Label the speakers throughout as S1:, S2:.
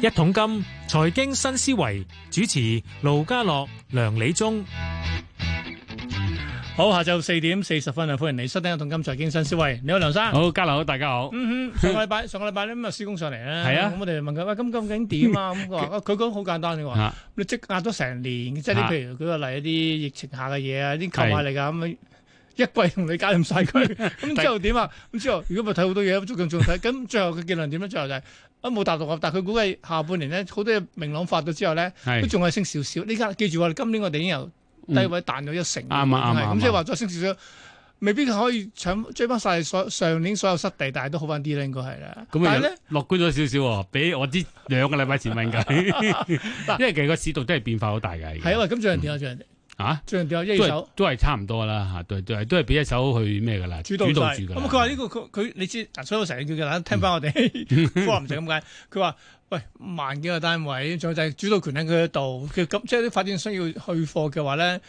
S1: 一桶金財經新思維主持盧家樂、梁理中。
S2: 好，下晝四點四十分啊，歡迎你收聽《一桶金財經新思維》。你好，梁生。
S3: 好，家樂好，大家好。
S2: 嗯哼，上個禮拜 上個禮拜咧咁啊，施工上嚟啦。
S3: 係啊
S2: 咁我哋問佢喂，咁究竟 點啊？咁佢話佢講好簡單嘅話，
S3: 啊，
S2: 你積壓咗成年，即係啲
S3: 啊
S2: 譬如舉個例，一啲疫情下嘅嘢啊，啲購買力 啊咁樣。一季同你搞掂晒佢，咁之後點啊？咁之後如果咪睇好多嘢，最近仲睇，咁最後嘅結論點咧？最後就係、啊冇答到我，但係佢估計下半年咧好多嘢明朗化咗之後咧，都
S3: 係嗯
S2: 仲係升少少。呢家記住喎，今年我哋已經由低位彈咗一成，
S3: 啱啊啱啊
S2: 係
S3: 啱
S2: 咁
S3: 啊
S2: 即係話再升少少，未必可以搶追翻晒所上年所有失地，但係都好翻啲啦，應該係啦。
S3: 咁
S2: 但
S3: 啊
S2: 係咧，
S3: 又樂觀咗少少喎，比我知兩個禮拜前 問緊，因為其實個市道真係變化好大嘅。
S2: 係啊，喂，咁最近點啊？最近
S3: 啊，
S2: 最近點啊？一二
S3: 都係
S2: 手
S3: 都係差唔多啦嚇，都係都係都係俾一手去咩㗎啦，
S2: 主
S3: 主
S2: 導
S3: 導
S2: 晒
S3: 住㗎
S2: 咁
S3: 啦。嗯
S2: 佢話呢個佢佢你知，嗱所以我成日叫佢啦，聽翻我哋 科林就咁解。佢話喂萬幾個單位，仲有就係主導權喺佢度。佢咁即係啲發展商要去貨嘅話咧，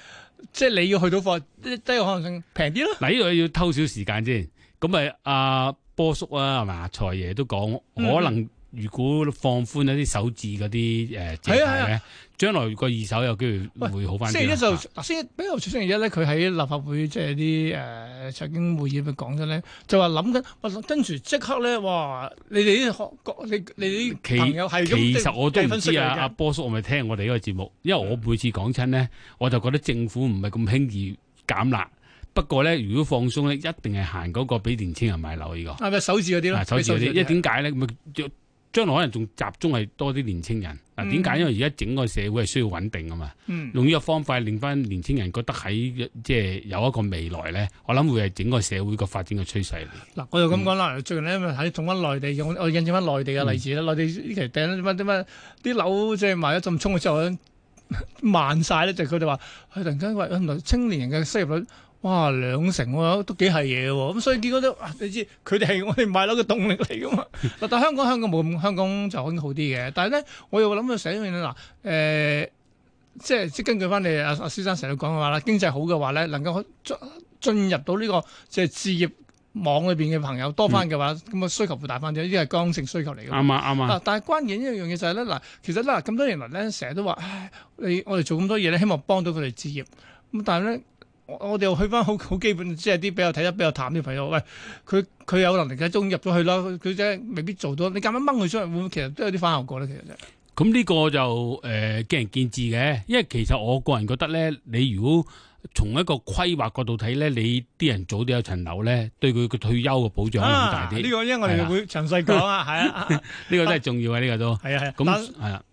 S2: 即係你要去到貨，低個可能性平啲咯。
S3: 嗱，呢度要偷少時間先。咁咪阿波叔啊，係嘛，財爺都講，
S2: 嗯
S3: 可能如果放寬一啲手指嗰啲誒借
S2: 係啊係
S3: 貸
S2: 啊
S3: 咧，將來個二手有機會會好翻
S2: 星
S3: 啲啦。
S2: 期一就
S3: 啊
S2: 嗱，星期比較有趣星期一咧，佢喺立法會即係啲誒呃財經會議咪講咗咧，就話諗緊，哇跟住即刻咧，哇！你哋啲學國，你你啲
S3: 其
S2: 朋友係咁
S3: 其
S2: 即
S3: 實
S2: 係
S3: 我都唔
S2: 計分析
S3: 知啊，阿
S2: 嘅嗯
S3: 波叔，我咪聽我哋呢個節目，因為我每次講親呢，我就覺得政府唔係咁輕易減辣。不過呢，如果放鬆呢，一定係行嗰個俾年青人買樓呢個。
S2: 啊係咪手指嗰啲
S3: 嗱，
S2: 咯？
S3: 首啊先嗰啲，因為
S2: 一
S3: 點解咧？咁啊將來可能仲集中係多啲年青人。嗱，點解？
S2: 嗯
S3: 因為而家整個社會係需要穩定啊嘛。
S2: 嗯
S3: 用呢個方法令翻年青人覺得喺即係有一個未來咧，我諗會係整個社會個發展嘅趨勢嚟。
S2: 嗱，我就咁講啦。最近咧喺同翻內地嘅，我我印證翻內地嘅例
S3: 嗯
S2: 子啦。內地呢期掟乜啲乜啲樓即係賣咗咁衝之後咧， 慢晒咧，就佢哋話佢突然間話原來青年人嘅失業率。哇，兩成喎，都幾係嘢喎，咁所以結果都，啊你知佢哋係我 哋買樓嘅動力嚟噶嘛。嗱，但香港香港冇咁，香港就應該好啲嘅。但係咧，我又諗到寫樣嘢啦嗱，誒、即係即係根據翻你阿阿先生成日講嘅話啦，經濟好嘅話咧，能夠進進入到呢、個即係置業網裏邊嘅朋友多翻嘅話，咁個、需求會大翻啲，呢啲係剛性需求嚟嘅。
S3: 啱啊，啱
S2: 嗱
S3: 啊，，
S2: 但係關鍵一樣嘢就係咧，嗱，其實咧咁多年嚟咧，成日都話，唉，你我哋做咁多嘢咧，希望幫到佢哋置業。咁但係咧，我我哋又去翻好 好基本，即係啲比較睇得比較淡啲朋友，喂，佢佢有能力嘅，終於入咗去啦，佢即係未必做到。你夾硬掹佢出嚟，會唔會其實都有啲反效果咧？其實就
S3: 咁呢個就誒、呃、見仁見智嘅，因為其實我個人覺得咧，你如果從一個規劃角度睇咧，你啲人早啲有層樓咧，對佢嘅退休嘅保障可能會大啲。
S2: 啊呢
S3: 呢、
S2: 個因為我哋會詳細講啊，係啊，
S3: 個真係重要啊！呢、個都
S2: 係啊，係啊。
S3: 咁係啊，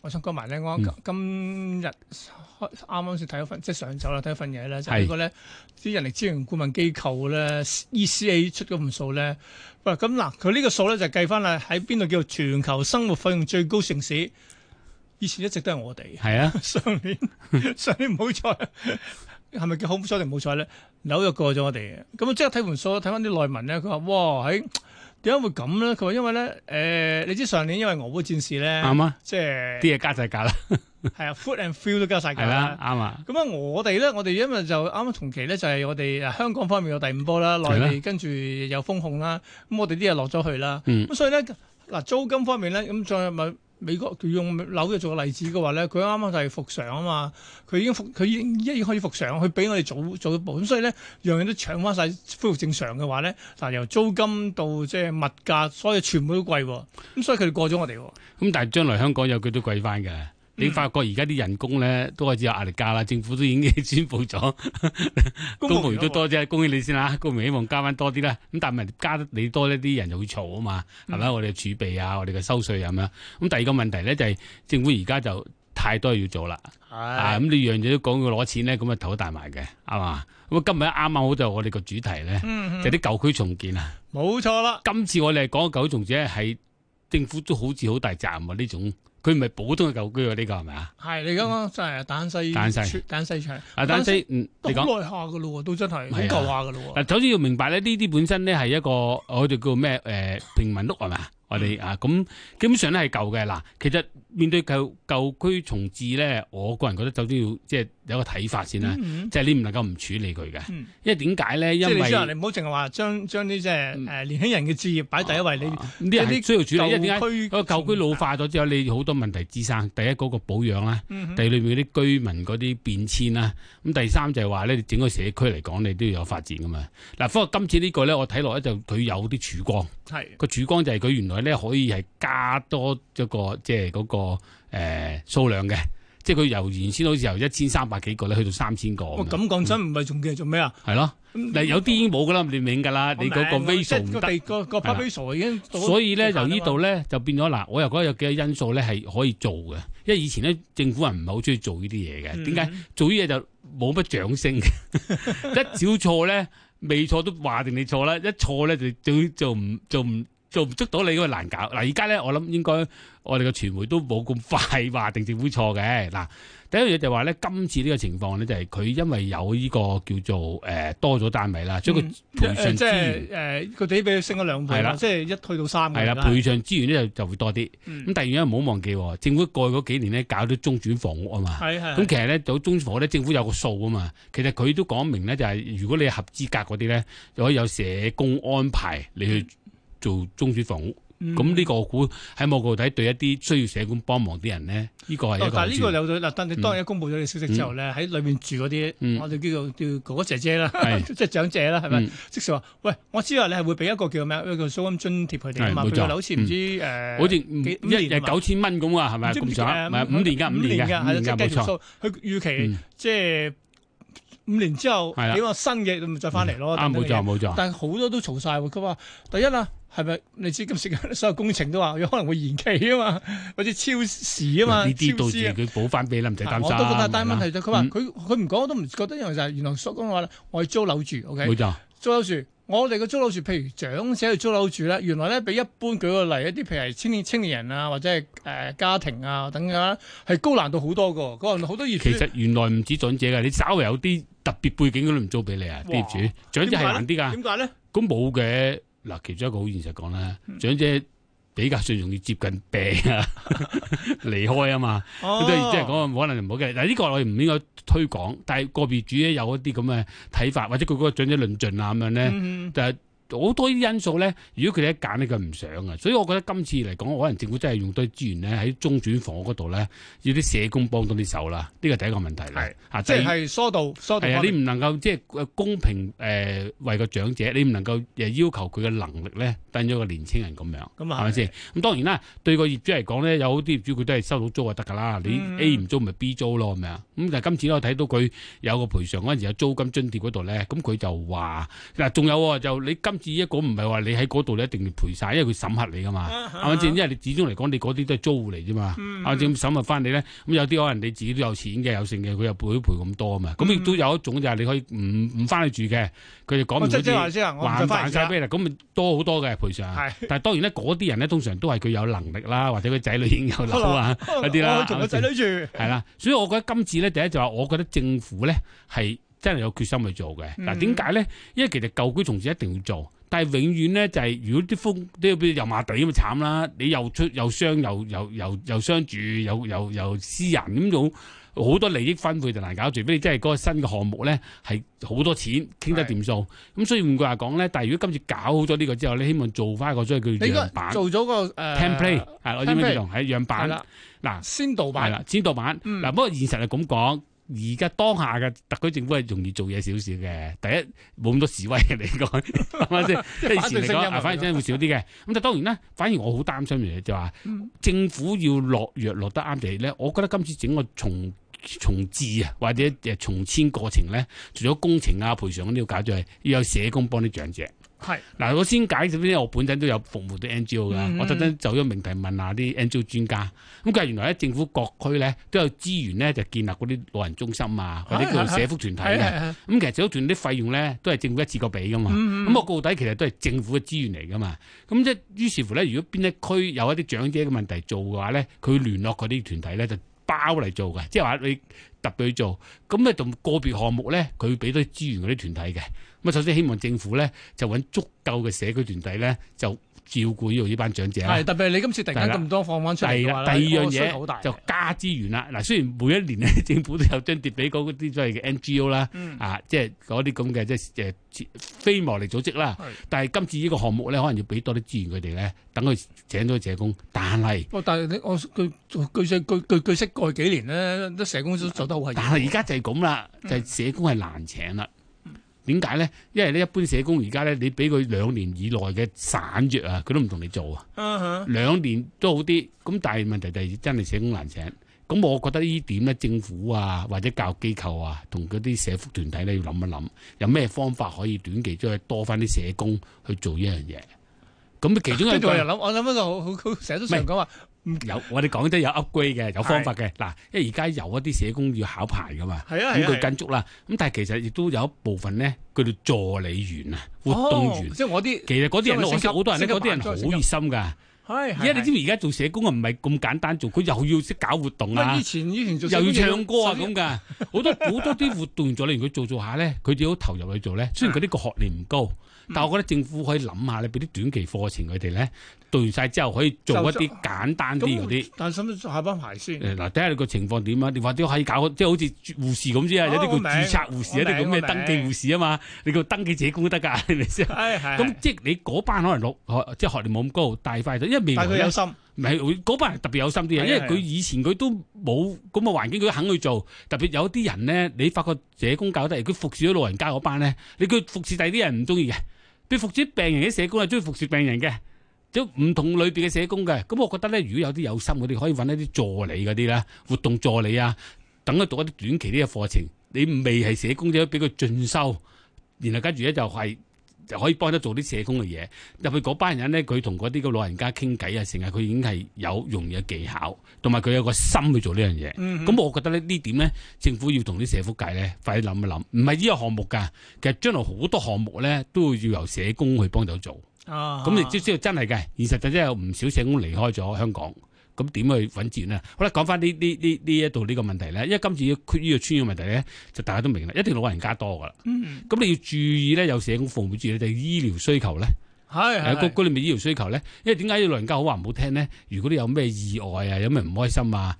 S2: 我想講埋咧，我
S3: 嗯
S2: 今今日開啱啱先睇咗份，即係上晝啦，睇咗份嘢咧，就係
S3: 係
S2: 呢個咧啲人力資源顧問機構咧 ECA 出嗰份數咧，喂咁嗱，佢呢個數咧就計翻啦，喺邊度叫做全球生活費用最高城市？以前一直都係我哋，
S3: 係啊，
S2: 上 年上年唔好彩，係咪叫好彩定唔好彩咧？紐約過咗我哋嘅，咁我即刻睇盤數，睇翻啲內文咧，佢話哇喺點解會咁咧？佢話因為咧誒、呃你知上年因為俄烏戰事咧，
S3: 啱啊，
S2: 即係。
S3: 啲嘢加晒價啦，
S2: 係啊，food and fuel 都加晒
S3: 係
S2: 價
S3: 啦，
S2: 啦。
S3: 啱啊，
S2: 咁啊，我哋咧，我哋因為就啱啱同期咧，就係、我哋啊香港方面有第五波啦，內
S3: 係
S2: 地跟住有封控啦，咁我哋啲嘢落咗去啦。
S3: 嗯
S2: 咁、所以咧，嗱租金方面咧，咁再咪美國佢用樓嘅做個例子嘅話咧，佢啱啱就係復常啊嘛，佢已經復，佢已經一可以復常，佢比我哋早早一步，咁所以咧，樣樣都搶翻晒恢復正常嘅話咧，嗱由租金到即係物價，所有全部都貴喎，咁所以佢哋過咗我哋喎。
S3: 咁但係將來香港有佢都貴翻嘅。你發覺而家啲人工咧都開始有壓力加啦，政府都已經 宣布咗，公務員都多啫，恭喜你先啦，公務員希望加翻多啲啦。咁但係咪加得你多呢啲人就會嘈啊嘛，係咪？我哋嘅儲備啊，我哋嘅收税啊咁樣。咁第二個問題咧就係、政府而家就太多嘢要做啦，啊咁呢樣嘢都講要攞錢咧，咁啊頭都大埋嘅，啱嘛？咁啊今日啱啱好就我哋個主題咧，
S2: 嗯，
S3: 就係啲舊區重建啊。
S2: 冇錯啦。
S3: 今次我哋係講嘅九重者係政府都好似好大責任啊！呢種佢唔係普通嘅舊居喎，呢個係咪啊？
S2: 係你啱啱真係蛋西
S3: 蛋西
S2: 村蛋西場，
S3: 啊，單西，嗯，
S2: 都
S3: 你講。
S2: 好耐下嘅咯喎，都真係好
S3: 係啊
S2: 舊下嘅咯喎。
S3: 嗱，首先要明白咧，呢啲本身咧係一個我哋叫咩誒、呃平民屋係嘛？我
S2: 嗯
S3: 哋啊咁基本上咧係舊嘅嗱。其實面對舊舊區重置咧，我個人覺得首先要即係有個睇法先啦，
S2: 嗯嗯
S3: 即係你唔能夠唔處理佢嘅，
S2: 嗯
S3: 因為點解咧？
S2: 即
S3: 因
S2: 係你
S3: 為
S2: 知啦，你唔好淨係話將將啲即係誒年輕人嘅置業擺第一位，你
S3: 啊呢啲係需要處理，因為點解？
S2: 區
S3: 個舊區老化咗之後，你好多問題滋生。第一嗰、個保養啦，
S2: 嗯
S3: 第二裏面嗰啲居民嗰啲變遷啦，咁第三就係話咧，你整個社區嚟講，你都要有發展噶嘛。嗱，不過今次呢個咧，我睇落咧就佢有啲曙光。
S2: 係
S3: 個曙光就係佢原來咧可以係加多一個即係嗰個誒數量嘅，即係佢由原先好似由一千三百幾個咧去到三千個
S2: 哇
S3: 咁樣，
S2: 咁講真唔係仲叫做咩啊？
S3: 係咯。嗱有啲已經冇㗎啦，你明㗎啦，
S2: 我
S3: 你嗰個
S2: 明我
S3: v
S2: 啊即
S3: a 唔
S2: 係個
S3: 得。
S2: 地個個
S3: 係啦
S2: proviso 已經到
S3: 所以咧，
S2: 極限啦
S3: 由呢
S2: 嘛
S3: 度咧就變咗嗱，我又覺得有幾個因素咧係可以做嘅，因為以前咧政府人唔係好中意做呢啲嘢嘅，點解、
S2: 嗯
S3: 做呢嘢就冇乜掌聲 嘅？一少錯咧，未錯都話定你錯啦，一錯咧就就就唔就唔做唔捉到你嗰個難搞。嗱，而家咧我諗應該我哋嘅傳媒都冇咁快話定政府錯嘅。嗱，第一樣嘢就係話咧，今次呢個情況咧就係佢因為有呢個叫做誒、呃多咗單位啦，所以佢
S2: 誒
S3: 賠償
S2: 即
S3: 資源。
S2: 係誒個地俾佢升咗兩倍
S3: 係
S2: 啦，
S3: 啦
S2: 即係一去到三
S3: 嗯係啦，賠償資源咧就就會多啲。咁、
S2: 嗯
S3: 第二樣唔好忘記喎，政府過去嗰幾年咧搞咗中轉房屋啊嘛。
S2: 係係
S3: 咁其實咧，到中轉房屋咧，政府有個數啊嘛。其實佢都講明咧，就係、如果你係合資格嗰啲咧，就可以有社工安排你去做中轉房屋。
S2: 嗯
S3: 咁呢、個我估喺我個睇對一啲需要社工幫忙啲人咧，呢、個係一個
S2: 哦但係呢
S3: 好處
S2: 個有咗嗱，但你當然公佈咗你消息之後咧，喺裏面住嗰啲，
S3: 嗯
S2: 我哋叫做叫哥哥姐姐啦，
S3: 係
S2: 即係長者啦，係咪
S3: 嗯？
S2: 即時話，喂，我知道你係會俾一個叫咩，一個租金津貼佢哋啊嘛，
S3: 係冇
S2: 譬
S3: 錯嗯
S2: 如好似唔知誒，
S3: 好似
S2: 幾五
S3: 一
S2: 年
S3: 日
S2: 啊嘛
S3: 九千蚊咁啊，係咪
S2: 唔知
S3: 咁上
S2: 誒
S3: 下？唔係五年㗎，
S2: 五
S3: 五年
S2: 㗎，
S3: 㗎，
S2: 係啦，
S3: 五
S2: 即係
S3: 年㗎，
S2: 計
S3: 冇
S2: 條
S3: 錯。
S2: 數，佢預期
S3: 嗯
S2: 即係五年之後
S3: 係啦
S2: 起個新嘅，咪再翻嚟咯。
S3: 啊，
S2: 等等
S3: 冇
S2: 嘅嘢
S3: 錯冇錯。
S2: 但係好多都嘈晒喎。佢話第一啦，係咪你知今時間所有工程都話有可能會延期啊嘛，或者超時啊嘛，
S3: 呢啲
S2: 超
S3: 到
S2: 時
S3: 時
S2: 啊。
S3: 佢補翻俾你，唔使擔
S2: 我
S3: 心。
S2: 都覺得，但係問題就係佢話
S3: 嗯
S2: 佢佢唔講我都唔覺得一樣就係原來所講嘅話咧，我係租樓住
S3: 啊冇
S2: ，OK，
S3: 錯。
S2: 租樓住。我哋嘅租樓住，譬如長者去租樓住咧，原來咧比一般舉個例，一啲譬如係青年青年人啊，或者係誒、呃家庭啊等等啊，係高難度好多嘅。嗰好多業主
S3: 其實原來唔止準者嘅，你稍微有啲特別背景嗰啲唔租俾你啊，
S2: 哇
S3: 啲業主長者係難啲㗎。
S2: 點解咧？
S3: 咁冇嘅嗱，其中一個好現實講啦，
S2: 嗯
S3: 長者比較上容易接近病啊， 離開啊嘛，
S2: 哦
S3: 咁所以即係講可能唔好嘅。嗱，呢個我哋唔應該推廣，但係個別主咧有一啲咁嘅睇法，或者佢嗰個長者論盡啊咁樣咧，
S2: 嗯
S3: 就係好多啲因素咧。如果佢哋一揀呢，佢唔想啊。所以我覺得今次嚟講，可能政府真係用多啲資源咧喺中轉房嗰度咧，要啲社工幫到啲手啦。呢個第一個問題啦
S2: 係。
S3: 啊，
S2: 即
S3: 第二
S2: 係疏導疏導
S3: 係啊，
S2: 方
S3: 你
S2: 面。
S3: 唔能夠即係公平誒、呃、為個長者，你唔能夠誒要求佢嘅能力咧等咗個年青人咁樣，
S2: 咁啊
S3: 係咪先？咁當然啦，對個業主嚟講咧，有好啲業主佢都係收到租就得㗎啦，你
S2: 嗯
S3: A 唔租咪 B 租咯，係咪啊？咁但係今次呢我睇到佢有個賠償嗰陣時有租金津貼嗰度咧，咁佢就話嗱，仲有喎，就你今次一個唔係話你喺嗰度你一定要賠晒，因為佢審核你㗎嘛。
S2: 啊
S3: 啱唔啱先？啊因為你始終嚟講，你嗰啲都係租戶嚟啫嘛。
S2: 嗯
S3: 啱唔啱先？咁審核翻你咧，咁有啲可能你自己都有錢嘅，有剩嘅，佢又賠賠咁多啊嘛。咁亦都有一種就係你可以唔唔翻去住嘅，佢哋講
S2: 哦
S3: 明
S2: 即
S3: 好
S2: 即係話
S3: 似
S2: 即係我唔
S3: 還
S2: 再翻
S3: 還
S2: 嚟啊
S3: 晒
S2: 啦。
S3: 俾你，咁咪多好多嘅賠償。啊
S2: 係
S3: 但係當然咧，嗰啲人咧通常都係佢有能力啦，或者佢仔女已經 有樓啊嗰啲
S2: 我
S3: 啦，
S2: 同個仔女住。
S3: 係啦。所以我覺得今次咧，第一就話，我覺得政府咧係真係有決心去做嘅。嗱，點解咧？因為其實舊居重置一定要做，但係永遠咧就係、如果啲風都要俾油麻地咁慘啦，你又出又商又又又又商住又又又私人咁種。好多利益分配就難搞，除非你真係嗰個新嘅項目咧係好多錢傾得掂數，咁所以換句話講咧，但係如果今次搞好咗呢個之後，你希望做翻一個所謂叫
S2: 你應
S3: 樣
S2: 該
S3: 板
S2: 做咗個呃誒
S3: template 係我英文叫做係樣
S2: 係
S3: 板
S2: 啦，
S3: 嗱。
S2: 先導
S3: 係
S2: 版。
S3: 啦，先導版。嗱、
S2: 嗯
S3: 不過現實係咁講，而家當下嘅特區政府係容易做嘢少少嘅。第一冇咁多示威嘅嚟 講，係咪先？即係以前嚟講，啊反而真係會少啲嘅。咁但係當然啦，反而我好擔心嘅嘢就話、政府要落藥落得啱地咧，我覺得今次整個重。重置啊，或者誒重遷過程咧，除咗工程啊、賠償嗰啲要搞，就係要有社工幫啲長者。
S2: 係
S3: 嗱，我先解釋呢，我本身都有服務啲 NGO 噶，
S2: 嗯
S3: 我特登走咗命題問下啲 NGO 專家，咁佢話原來咧政府各區咧都有資源咧就建立嗰啲老人中心啊，或者叫做社福團體
S2: 係
S3: 嘅。
S2: 係係，
S3: 咁其實社福團體啲費用咧都係政府一次過俾噶嘛，
S2: 嗯
S3: 哦咁我啊告底其實都係政府嘅資源嚟噶嘛。咁即係於是乎咧，如果邊一區有一啲長者嘅問題做嘅話咧，佢會聯絡嗰啲團體咧就包嚟做嘅，即係話你特別去做。咁咧同個別項目咧，佢會俾多啲資源嗰啲團體嘅。咁啊，首先希望政府咧就揾足夠嘅社區團體咧，就照顧呢度呢班長者啦。
S2: 係特別係你今次突然間
S3: 啊係啦
S2: 咁多放翻出嚟
S3: 第
S2: 嘅
S3: 啦
S2: 話，
S3: 第二樣
S2: 嗰個需求好大
S3: 嘢就加資源啦。嗱，雖然每一年咧政府都有張碟俾嗰啲所謂嘅 NGO 啦，
S2: 嗯
S3: 啊，即係嗰啲咁嘅即係誒非牟利組織啦
S2: 係。
S3: 但係今次呢個項目咧，可能要俾多啲資源佢哋咧，等佢請到社工。但係
S2: 哇！哦但係你我據據據據據據悉過去幾年咧，啲社工都做得好係
S3: 但係而家就係咁啦，就係、社工係難請啦。點解咧？因為咧一般社工而家咧，你俾佢兩年以內嘅散約啊，佢都唔同你做啊。兩年都好啲，咁但係問題就係真係社工難請。咁我覺得呢點咧，政府啊或者教育機構啊，同嗰啲社福團體咧要諗一諗，有咩方法可以短期將佢多翻啲社工去做呢樣嘢。咁其中一
S2: 跟住我
S3: 個
S2: 又諗，我諗嗰度好好成日都常講話，
S3: 有我哋講得有 upgrade 嘅，有方法嘅。嗱，因為而家有一啲社工要考牌噶嘛，
S2: 係啊
S3: 咁佢跟足啦。咁但係其實亦都有一部分咧，叫做助理員啊、活
S2: 活
S3: 動員。
S2: 即係我啲
S3: 其實嗰啲人
S2: 哦因為
S3: 我
S2: 升級
S3: 識好多人咧，
S2: 升
S3: 嗰
S2: 級
S3: 啲人
S2: 版
S3: 好熱心㗎。
S2: 係
S3: 而家你知唔知而家做社工啊，唔係咁簡單做，佢又要識搞活動啊
S2: 以，前以前做
S3: 又
S2: 社工
S3: 要唱歌啊咁噶，好多好多啲活動咗，連佢做做下咧，佢哋好投入去
S2: 嗯
S3: 做咧。雖然佢呢個學歷唔高，但我覺得政府可以諗下咧，俾啲短期課程佢哋咧，讀完晒之後可以做一啲簡單啲嗰啲
S2: 咁。但係使唔使下班排先？
S3: 誒嗱，睇下你個情況點啊！你或者可以搞，即係好似護士咁啫，
S2: 哦
S3: 有啲叫
S2: 我明
S3: 註冊護士，有啲
S2: 我
S3: 叫
S2: 明
S3: 咩登記護士啊嘛，你叫登記社工都得㗎，係咪先？
S2: 係係
S3: 咁
S2: 咁，
S3: 即係你嗰班可能落學，即係學歷冇咁高，大快就因為未來
S2: 但係
S3: 呢
S2: 佢有心，
S3: 唔係會嗰班人特別有心啲
S2: 係
S3: 嘅，
S2: 啊
S3: 因為
S2: 係
S3: 佢
S2: 啊
S3: 以前佢都冇咁嘅環境，佢都肯去做。特別有啲人咧，你發覺社工教得嚟，佢服侍咗老人家嗰班咧，你佢服侍第啲人唔中意嘅，佢服侍病人嘅社工係中意服侍病人嘅，即係唔同類別嘅社工嘅。咁我覺得咧，如果有啲有心嗰啲，可以揾一啲助理嗰啲啦，活動助理啊，等佢讀一啲短期啲嘅課程。你未係社工啫，俾佢進修，然後跟住咧就係、就可以幫得做啲社工嘅嘢。入去嗰班人咧，佢同嗰啲嘅老人家傾偈啊，成日佢已經係有用嘅技巧，同埋佢有個心去做呢樣嘢。
S2: 嗯
S3: 咁、我覺得咧呢點咧，政府要同啲社福界咧快啲諗一諗，唔係呢個項目㗎，其實將來好多項目咧都要由社工去幫手做。
S2: 啊
S3: 咁你知知道真係嘅，現實就真係有唔少社工離開咗香港，咁點去揾資源咧？好啦，講翻呢呢呢呢一度呢個問題咧，因為今次呢個呢個村嘅問題咧，就大家都明啦，一定老人家多噶啦。
S2: 嗯
S3: 咁你要注意咧，有社工服務注意咧，就係醫療需求咧，
S2: 係
S3: 誒啊嗰
S2: 係
S3: 嗰裏面醫療需求咧，因為點解要老人家好話唔好聽咧？如果你有咩意外啊，有咩唔開心啊，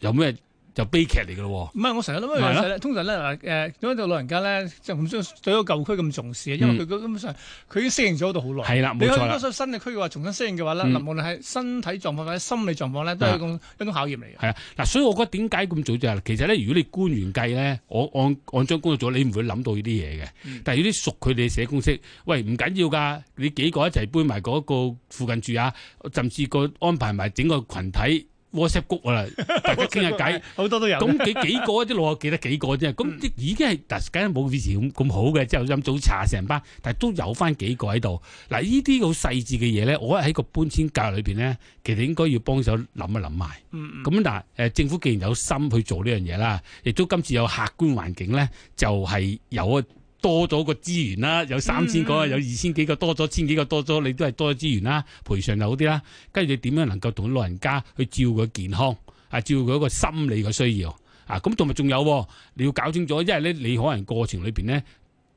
S3: 有咩就悲劇嚟噶咯
S2: 唔係，我成日諗
S3: 啊
S2: 一樣嘢咧。通常咧嗱，誒點解對老人家咧就唔需要對個舊區咁重視？啊因為佢根本上佢已經適應咗度好
S3: 喎。
S2: 耐。
S3: 嗯係啦，
S2: 哦你
S3: 冇
S2: 去
S3: 錯
S2: 多
S3: 啦，
S2: 所新嘅區嘅話，重新適應嘅話咧，
S3: 嗯
S2: 嗱，無論係身體狀況或者心理狀況咧，都係一種一種考驗嚟嘅。
S3: 係啊。嗱，所以我覺得點解咁早就係，其實咧，如果你官員計咧，我按按張工作組，你唔會諗到呢啲嘢嘅
S2: 嗯。
S3: 但係如果啲熟佢哋嘅社工識，喂唔緊要㗎，你幾個一齊搬埋嗰個附近住啊，甚至個安排埋整個群體 WhatsApp group 啊，大家傾下偈。
S2: 好多都有嘅。嗯
S3: 咁幾幾個啲老友記得幾個啫，咁即已經係，但梗係冇以前咁咁好嘅，之後飲早茶成班，但係都有翻幾個喺度。嗱，呢啲好細緻嘅嘢咧，我覺得喺個搬遷教育裏邊咧，其實應該要幫手諗一諗埋。
S2: 嗯嗯
S3: 咁嗱，誒政府既然有心去做呢樣嘢啦，亦都今次有客觀環境咧，就係、有啊多咗個資源啦，有三千個，
S2: 嗯
S3: 有二千幾個，多咗千幾個，多咗你都係多咗資源啦，賠償又好啲啦。跟住你點樣能夠同老人家去照顧佢健康啊，照顧佢個心理嘅需要啊？咁同埋仲有喎，你要搞清楚，因為咧你可能過程裏邊咧。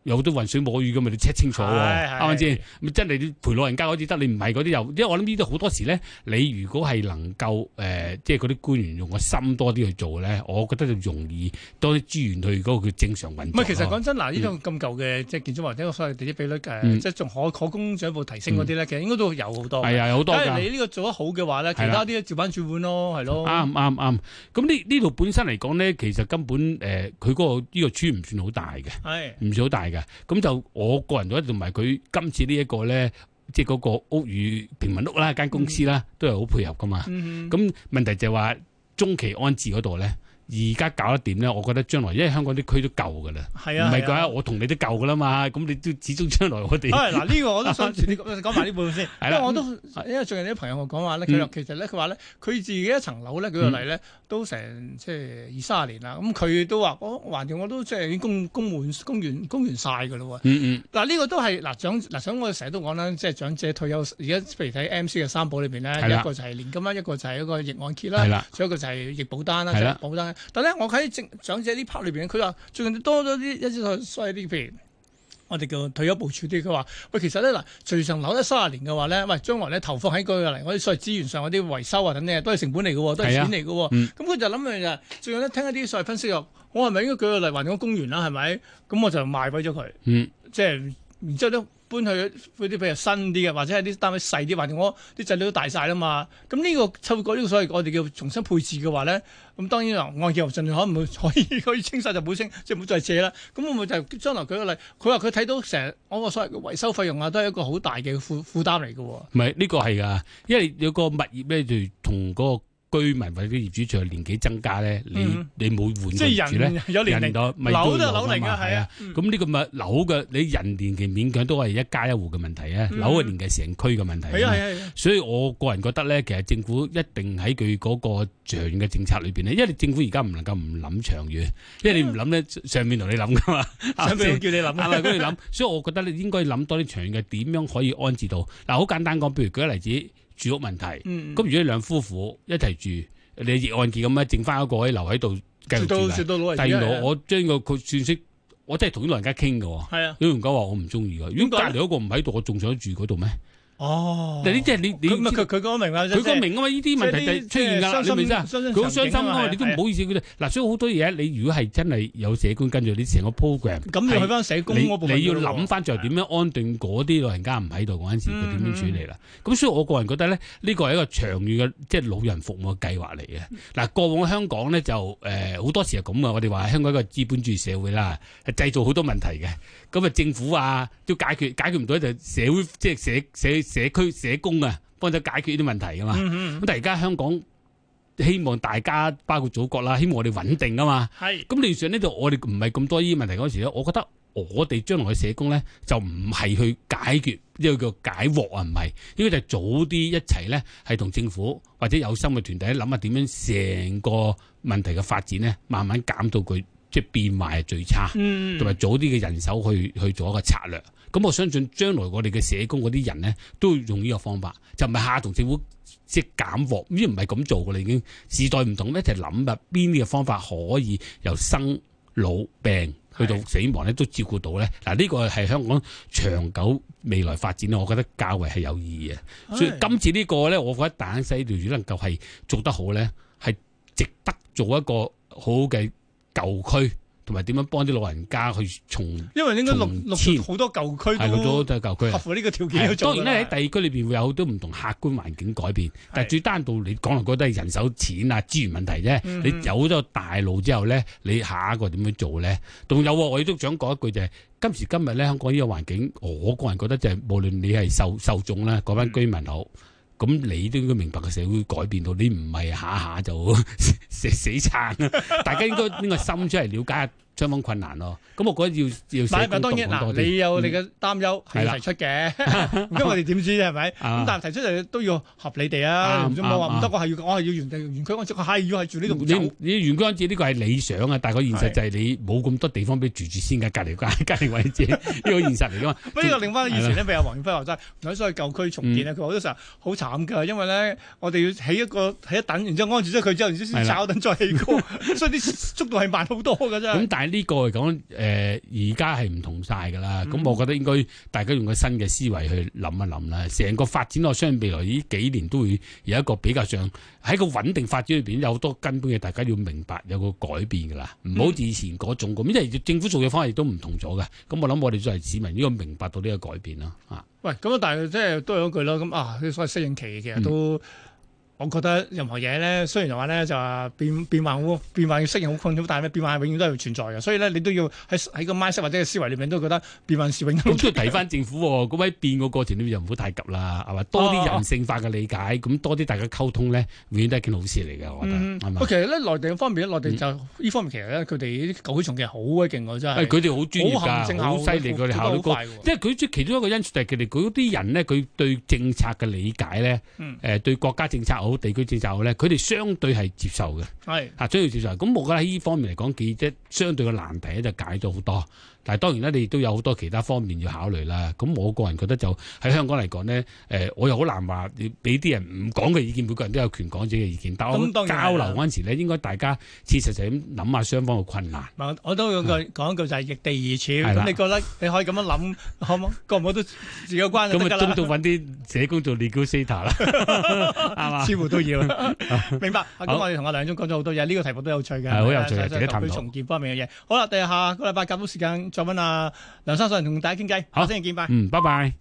S3: 有好多渾水摸魚咁嘛，你 check 清楚喎，
S2: 係係
S3: 啱唔啱先？咪真係你陪老人家嗰啲得，你唔係嗰啲又，因為我諗呢啲好多時咧，你如果係能夠誒、呃即係嗰啲官員用個心多啲去做咧，我覺得就容易多啲資源去嗰個叫正常運
S2: 唔
S3: 作咯。
S2: 係，其實講真，嗱，呢種咁舊嘅即係建築或者所謂地積比率誒，
S3: 嗯
S2: 即係仲可可供進一步提升嗰啲咧，其實應該都有好多。
S3: 係啊，有好多
S2: 梗
S3: 㗎
S2: 係。你呢個做得好嘅話咧，其
S3: 係啦
S2: 他啲照板煮碗咯，係咯。
S3: 啱啱啱，咁呢呢度本身嚟講咧，其實根本誒，呃佢、嗰個呢、個村唔算好大嘅，
S2: 係
S3: 唔算好大嘅。咁就我個人覺得，同埋佢今次呢一個咧，即係嗰個屋宇平民屋啦，間公司啦，都係好配合噶嘛。
S2: 嗯
S3: 咁問題就係話中期安置嗰度咧，而而家搞得掂咧，我覺得將來因為香港啲區都夠㗎啦，
S2: 係啊，
S3: 唔係
S2: 係
S3: 講
S2: 啊
S3: 啊，我同你都夠㗎啦嘛，咁你都始終將來我哋
S2: 啊嗱，呢個我都想遲啲講講埋呢部分先，因
S3: 係啦嗯
S2: 為我都因為最近有啲朋友同我講話咧，佢話其實咧佢話咧佢自己一層樓咧，舉個
S3: 嗯
S2: 例咧都成即係二三十年啦，咁佢都話我橫掂我都即係已經供供滿供完供完晒㗎啦喎。
S3: 嗯嗯
S2: 嗱呢個都係嗱長嗱想我哋成日都講啦，即係長者退休而家譬如睇 M C 嘅三寶裏邊咧，
S3: 係啦
S2: 一個就係年金啦，一個就係一個逆按揭啦
S3: 係，啦，
S2: 仲有一個就係逆保單啦，
S3: 係
S2: 就
S3: 啦
S2: 係保單。但咧我喺正長者呢 part 裏邊，佢話最近多咗啲一啲所謂啲譬如。我哋叫退休部署啲，佢話：喂，其實咧嗱，最上樓咧三十年嘅話咧，喂，將來咧投放喺佢嚟，我啲所謂資源上嗰啲維修啊等等，都係成本嚟嘅喎，都係
S3: 係啊
S2: 錢嚟嘅喎。
S3: 嗯
S2: 咁佢就諗嘅就係最近咧聽一啲所謂分析話，我係咪應該舉個例，還咗公園啦，係咪？咁我就賣鬼咗佢。
S3: 嗯
S2: 即係然之後都搬去嗰啲譬如新啲嘅，或者係啲單位細啲，或者我啲仔女都大晒啦嘛。咁呢、個透過呢個所謂我哋叫重新配置嘅話咧，咁當然啦，按揭又盡量可唔可以可以清晒就唔好清， 即係唔好再借啦。咁會唔會就係將來舉個例，佢話佢睇到成日我個所謂嘅維修費用啊，都係一個好大嘅負負擔嚟嘅喎。
S3: 唔係呢個係㗎，因為有個物業咧就同嗰個居民或者業主隨年紀增加咧，你
S2: 嗯
S3: 你每換個
S2: 即
S3: 業主
S2: 係
S3: 咧。
S2: 人有年
S3: 人
S2: 齡，
S3: 就咪
S2: 樓都
S3: 都
S2: 係
S3: 要
S2: 樓
S3: 樓
S2: 嚟
S3: 嚟
S2: 㗎，
S3: 㗎，
S2: 係
S3: 係
S2: 啊
S3: 啊。。咁呢個咪樓嘅，你人年期勉強都係一家一戶嘅問題啊，
S2: 嗯
S3: 樓嘅年期成區嘅問題。
S2: 係啊係啊係啊，
S3: 所以我個人覺得咧，其實政府一定喺佢嗰個長遠嘅政策裏邊咧，因為你政府而家唔能夠唔諗長遠，因為你唔諗咧，上面同你諗噶嘛，
S2: 想俾我叫你諗
S3: 係
S2: 啊
S3: 咪佢哋諗？所以我覺得你應該諗多啲長遠嘅點樣可以安置到。嗱，好簡單講，譬如舉個例子，住屋問題。
S2: 嗯，
S3: 咁如果你兩夫婦一齊住，呃你逆按揭咁咧，剩翻一個可以留喺度繼
S2: 住
S3: 續住
S2: 到
S3: 㗎
S2: 住到老人
S3: 第
S2: 家
S3: 二
S2: 係啊
S3: 個，我將個佢算式，我真係同啲老人家傾嘅喎。
S2: 係啊，
S3: 啲老人家話我唔中意嘅，如果隔
S2: 點解
S3: 離嗰個唔喺度，我仲想住嗰度咩？
S2: 哦，
S3: 但呢啲係你你
S2: 佢唔係佢佢講明啦，即
S3: 佢
S2: 係
S3: 講明啊嘛，呢啲問題就出現㗎啦，你明唔明先？佢好傷心㗎
S2: 啊
S3: 嘛，你都唔好意思佢哋。嗱，所以好多嘢你如果係真係有社工跟住你成個 program，
S2: 咁要去翻社工嗰部
S3: 你
S2: 分
S3: 你要
S2: 㗎咯喎
S3: 啊諗翻就係點樣安頓嗰啲老人家唔喺度嗰陣時，佢點樣處理啦？咁所以我個人覺得咧，呢個係一個長遠嘅即係老人服務嘅計劃嚟嘅。嗱，過往香港咧就誒好、多時係咁啊嘅，我哋話香港一個資本主義社會啦，係製造好多問題嘅。咁啊，政府啊都解決解決唔到就社會即係社社社區社工啊幫手解決呢啲問題噶嘛。
S2: 嗯
S3: 咁但係而家香港希望大家包括祖國啦，希望我哋穩定啊嘛。
S2: 係
S3: 咁理論上呢度我哋唔係咁多呢啲問題嗰時咧，我覺得我哋將來嘅社工咧就唔係去解決呢個叫解惑啊，唔係應該就係早啲一齊咧係同政府或者有心嘅團體諗下點樣成個問題嘅發展咧，慢慢減到佢即係變壞係最差。
S2: 嗯
S3: 同埋早啲嘅人手去去做一個策略。咁我相信將來我哋嘅社工嗰啲人咧，都會用呢個方法，就唔係下同政府即係減鑊，呢唔係咁做噶啦已經。時代唔同，一齊諗啊，邊啲嘅方法可以由生老病去到死亡咧都照顧到咧。嗱，呢個係香港長久未來發展咧，我覺得較為係有意義嘅。所以今次呢個咧，我覺得大坑西條如果能夠係做得好咧，係值得做一個好嘅舊區，同埋點樣幫啲老人家去重
S2: 因為應該六
S3: 從
S2: 六
S3: 遷
S2: 好多舊區
S3: 係好
S2: 都
S3: 多都係舊區
S2: 合
S3: 啊。
S2: 乎呢個條件去
S3: 係
S2: 做
S3: 當
S2: 㗎
S3: 然
S2: 啦。
S3: 咧，喺第二區裏邊會有好多唔同客觀環境改變，但
S2: 係
S3: 係最單到你講嚟講都係人手、錢啊、資源問題啫。
S2: 嗯
S3: 你有咗大路之後咧，你下一個點樣做咧？仲有喎我亦都想講一句就係、今時今日咧，香港呢個環境，我個人覺得就係、無論你係受受眾啦，嗰班
S2: 嗯
S3: 居民好。咁你都應該明白個社會改變到，你唔係下下就 死死撐啊！ 大家應該呢個心出嚟了解下雙方困難咯。咁我覺得要要
S2: 唔係
S3: 社
S2: 唔係
S3: 工
S2: 當然
S3: 動
S2: 嗱，
S3: 多啲
S2: 你有你嘅擔憂係
S3: 係
S2: 要
S3: 啦
S2: 提出嘅，咁我哋點知啫係咪？咁
S3: 啊
S2: 但係提出嚟都要合理地啊，
S3: 啱
S2: 唔好話
S3: 啱
S2: 唔得，我係要我係要原地原區安置，我係要係住呢度唔
S3: 你
S2: 走。
S3: 你原居安置呢個係理想啊，但係個現實就係你冇咁多地方俾住住先㗎，隔離 間隔離位 置呢個現實嚟㗎嘛。
S2: 不過呢個令翻以前咧，譬如黃遠輝話齋，所以舊區重
S3: 嗯
S2: 建咧，佢話好多時候好慘㗎，因為咧我哋要起一個起一等，然之後安置咗佢之後，然之後先
S3: 係啦
S2: 炒等再起高， 所以啲速度係慢好多㗎
S3: 咁
S2: 啫。
S3: 但係呢個嚟講，誒而家係唔同晒㗎啦。咁、
S2: 嗯
S3: 我覺得應該大家用個新嘅思維去諗一諗啦。成個發展，我相信未來呢幾年都會有一個比較上喺個穩定發展裏邊有好多根本嘅，大家要明白有個改變㗎啦。唔好
S2: 嗯
S3: 似以前嗰種咁，因為政府做嘅方法亦都唔同咗嘅。咁我諗我哋作為市民應該明白到呢個改變啦。啊，嗯
S2: 喂，咁啊，但係即係都有一句啦，咁啊，啲所謂適應期其實都我覺得任何嘢咧，雖然話咧就話變變幻好變幻要適應好困難，但係咧變幻係永遠都係存在嘅。所以咧，你都要喺喺個 mindset 或者個思維裏面都覺得變幻是永恆。
S3: 咁都要提翻政府喎，咁喺變個過程裏面就唔好太急啦，係嘛？多啲人性化嘅理解，咁多啲大家溝通咧，永遠都係一件好事嚟嘅，我覺得
S2: 嗯
S3: 係嘛嗯
S2: 喂，？其實咧內地方面咧，內地就呢方面其實咧，佢哋啲狗蟲其實好鬼勁喎，真
S3: 誒，
S2: 係
S3: 佢哎哋好專
S2: 好
S3: 業
S2: 行
S3: 㗎，
S2: 政
S3: 好犀利，佢哋效率高。
S2: 快喎
S3: 即係佢最其中一個因素就係佢哋嗰啲人咧，佢對政策嘅理解咧，誒、
S2: 嗯
S3: 對國家政策好、地區政策好咧，佢哋相對係接受嘅，
S2: 係
S3: 啊，相對接受。咁我覺得喺呢方面嚟講，幾即係相對嘅難題咧就解咗好多。但係當然啦，你亦都有好多其他方面要考慮啦。咁我個人覺得就喺香港嚟講咧，誒、我又好難話要俾啲人唔講嘅意見，每個人都有權講自己嘅意見。但我
S2: 咁當然係啦
S3: 交流嗰陣時咧，應該大家切實就咁諗下雙方嘅困難。
S2: 嗱我都有句講一句就係易地而
S3: 嗯係
S2: 處。
S3: 啦
S2: 咁你覺得你可以咁樣諗，可唔可過唔過都自己關就
S3: 咁
S2: 得
S3: 啊，
S2: 㗎
S3: 中
S2: 啦
S3: 到。揾啲社 工做 negotiator 啦，係嘛？
S2: 似乎都 要啦，明白。啊咁
S3: 啊好
S2: 我哋同阿梁總講咗好多嘢，呢個題目都有趣嘅，
S3: 係好有
S2: 就
S3: 趣嘅
S2: 係
S3: 值得探討
S2: 舊區重建方面嘅嘢。好啦，第日下個禮拜夾到時間再揾阿梁生上嚟同大家傾偈，
S3: 好
S2: 下星期見，拜。
S3: 嗯，拜拜。